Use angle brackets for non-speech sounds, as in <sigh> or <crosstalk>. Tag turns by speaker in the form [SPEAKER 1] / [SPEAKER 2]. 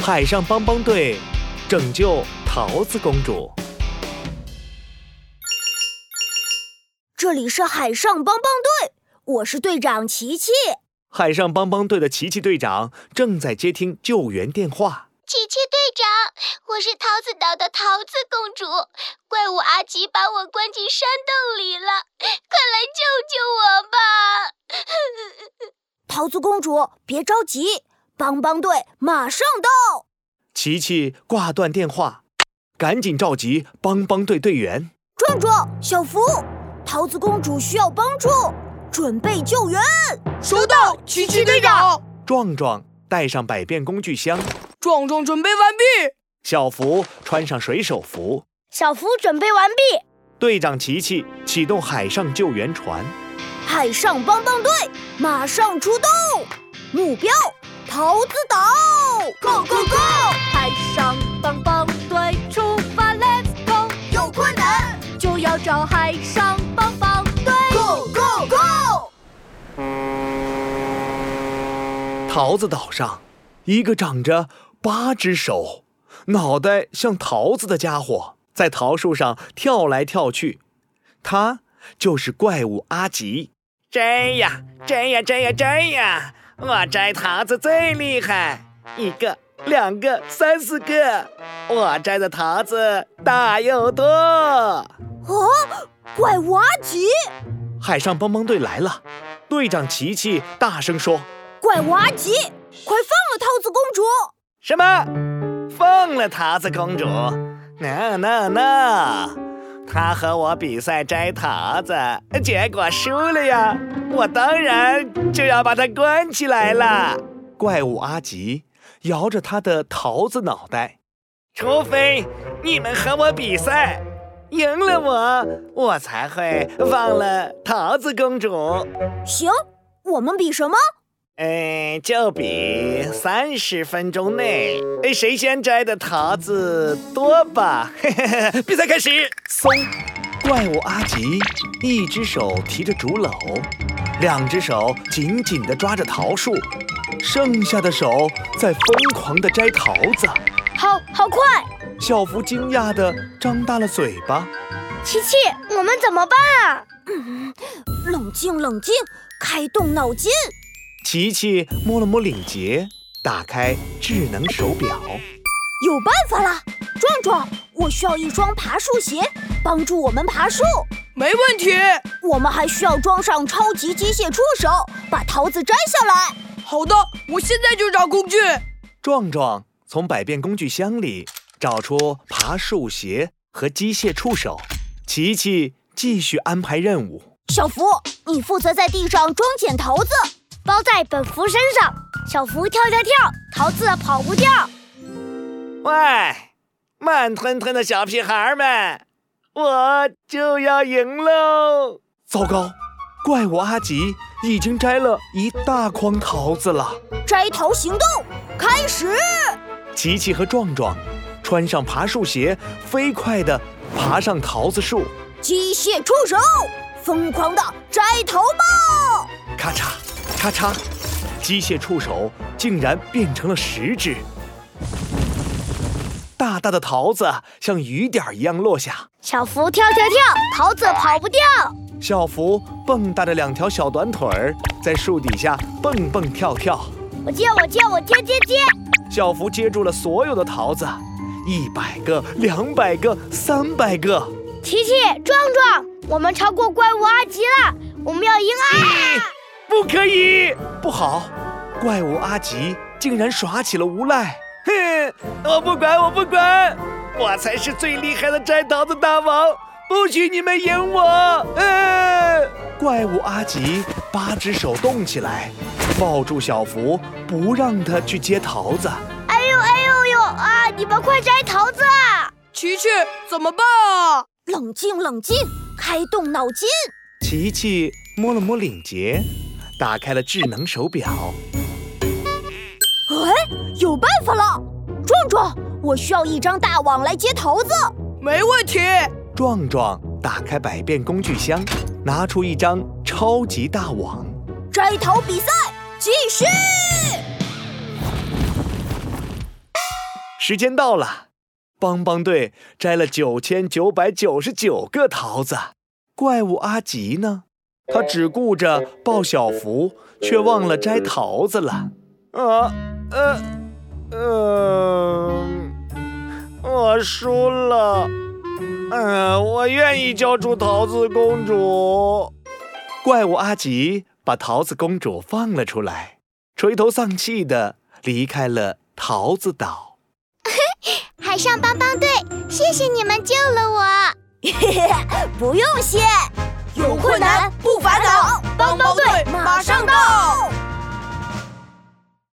[SPEAKER 1] 海上帮帮队拯救桃子公主。
[SPEAKER 2] 这里是海上帮帮队，我是队长琪琪。
[SPEAKER 1] 海上帮帮队的琪琪队长正在接听救援电话。
[SPEAKER 3] 琪琪队长，我是桃子岛的桃子公主。怪物阿吉把我关进山洞里了，快来救救我吧！
[SPEAKER 2] 桃子公主，别着急，帮帮队马上到。
[SPEAKER 1] 琪琪挂断电话，赶紧召集帮帮队队员。
[SPEAKER 2] 壮壮、小福，桃子公主需要帮助，准备救援。
[SPEAKER 4] 收到，琪琪队长。
[SPEAKER 1] 壮壮带上百变工具箱，
[SPEAKER 4] 壮壮准备完毕。
[SPEAKER 1] 小福穿上水手服，
[SPEAKER 2] 小福准备完毕。
[SPEAKER 1] 队长琪琪启动海上救援船。
[SPEAKER 2] 海上帮帮队马上出动，目标桃子岛，Go Go Go！
[SPEAKER 5] 海上帮帮队出发，Let's go！
[SPEAKER 2] 有困难
[SPEAKER 5] 就要找海上帮帮队。
[SPEAKER 2] ，Go Go Go！
[SPEAKER 1] 桃子岛上，一个长着八只手、脑袋像桃子的家伙在桃树上跳来跳去，他就是怪物阿吉。
[SPEAKER 6] 摘呀摘呀摘呀摘呀！我摘桃子最厉害，一个、两个、三四个，我摘的桃子大又多。
[SPEAKER 2] 哦，怪物阿吉，
[SPEAKER 1] 海上帮帮队来了，队长琪琪大声说
[SPEAKER 2] 怪物阿吉，快放了桃子公主！
[SPEAKER 6] 什么？放了桃子公主？No No No！她和我比赛摘桃子，结果输了呀！我当然就要把她关起来了，：“
[SPEAKER 1] 怪物阿吉摇着他的桃子脑袋，
[SPEAKER 6] 除非你们和我比赛，赢了我，我才会放了桃子公主。
[SPEAKER 2] 行，我们比什么？
[SPEAKER 1] 哎
[SPEAKER 6] 嗯，就比三十分钟内
[SPEAKER 1] 哎
[SPEAKER 6] 谁先摘的桃子多
[SPEAKER 1] <laughs>
[SPEAKER 6] 吧。比赛开始。
[SPEAKER 1] 怪物阿吉一只手提着竹篓，两只手紧紧地抓着桃树，剩下的手在疯狂地摘桃子。
[SPEAKER 2] 好好快！
[SPEAKER 1] 小福惊讶地张大了嘴巴。
[SPEAKER 2] 琪琪，我们怎么办啊？嗯，冷静冷静，开动脑筋。
[SPEAKER 1] 琪琪摸了摸领结，打开智能手表。
[SPEAKER 2] 有办法啦！壮壮，我需要一双爬树鞋，帮助我们爬树。
[SPEAKER 4] 没问题，
[SPEAKER 2] 我们还需要装上超级机械触手，把桃子摘下来。
[SPEAKER 4] 好的，我现在就找工具。
[SPEAKER 1] 壮壮从百变工具箱里找出爬树鞋和机械触手。琪琪继续安排任务。
[SPEAKER 2] 小福，你负责在地上装捡桃子，包在本福身上。小福跳跳跳，桃子跑不掉。
[SPEAKER 6] 喂，慢吞吞的小屁孩们，我就要赢喽！
[SPEAKER 1] 糟糕，怪物阿吉已经摘了一大筐桃子了。
[SPEAKER 2] 摘桃行动开始，
[SPEAKER 1] 琪琪和壮壮穿上爬树鞋，飞快地爬上桃子树，
[SPEAKER 2] 机械触手，疯狂的摘桃吧！
[SPEAKER 1] 咔嚓，咔嚓，机械触手竟然变成了十只。大大的桃子像雨点儿一样落下，
[SPEAKER 2] 小福跳跳跳，桃子跑不掉。
[SPEAKER 1] 小福蹦跶着两条小短腿儿在树底下蹦蹦跳跳。
[SPEAKER 2] 我接，我接，我接接接。
[SPEAKER 1] 小福接住了所有的桃子，一百个、两百个、三百个。
[SPEAKER 2] 琪琪、壮壮，我们超过怪物阿吉了，我们要赢啊！
[SPEAKER 6] 不可以，
[SPEAKER 1] 不好，怪物阿吉竟然耍起了无赖。
[SPEAKER 6] 哼，我不管，我不管，我才是最厉害的摘桃子大王，不许你们赢我！呃、
[SPEAKER 1] 怪物阿吉八只手动起来，抱住小福，不让他去接桃子。
[SPEAKER 2] 哎呦哎呦呦啊！你们快摘桃子啊！
[SPEAKER 4] 琪琪怎么办啊？
[SPEAKER 2] 冷静冷静，开动脑筋。
[SPEAKER 1] 琪琪摸了摸领结，打开了智能手表。
[SPEAKER 2] 哎，有办法了！壮壮，我需要一张大网来接桃子。
[SPEAKER 4] 没问题，
[SPEAKER 1] 壮壮打开百变工具箱，拿出一张超级大网。
[SPEAKER 2] 摘桃比赛继续。
[SPEAKER 1] 时间到了，帮帮队摘了九千九百九十九个桃子，怪物阿吉呢？他只顾着抱小福，却忘了摘桃子了。
[SPEAKER 6] 啊，呃，呃，
[SPEAKER 1] 嗯
[SPEAKER 6] 我输了。嗯、我愿意交出桃子公主。
[SPEAKER 1] 怪物阿吉把桃子公主放了出来，垂头丧气的离开了桃子岛。
[SPEAKER 3] 海上帮帮队，谢谢你们救了我。
[SPEAKER 2] 不用谢，
[SPEAKER 4] 有困难不烦恼，帮帮队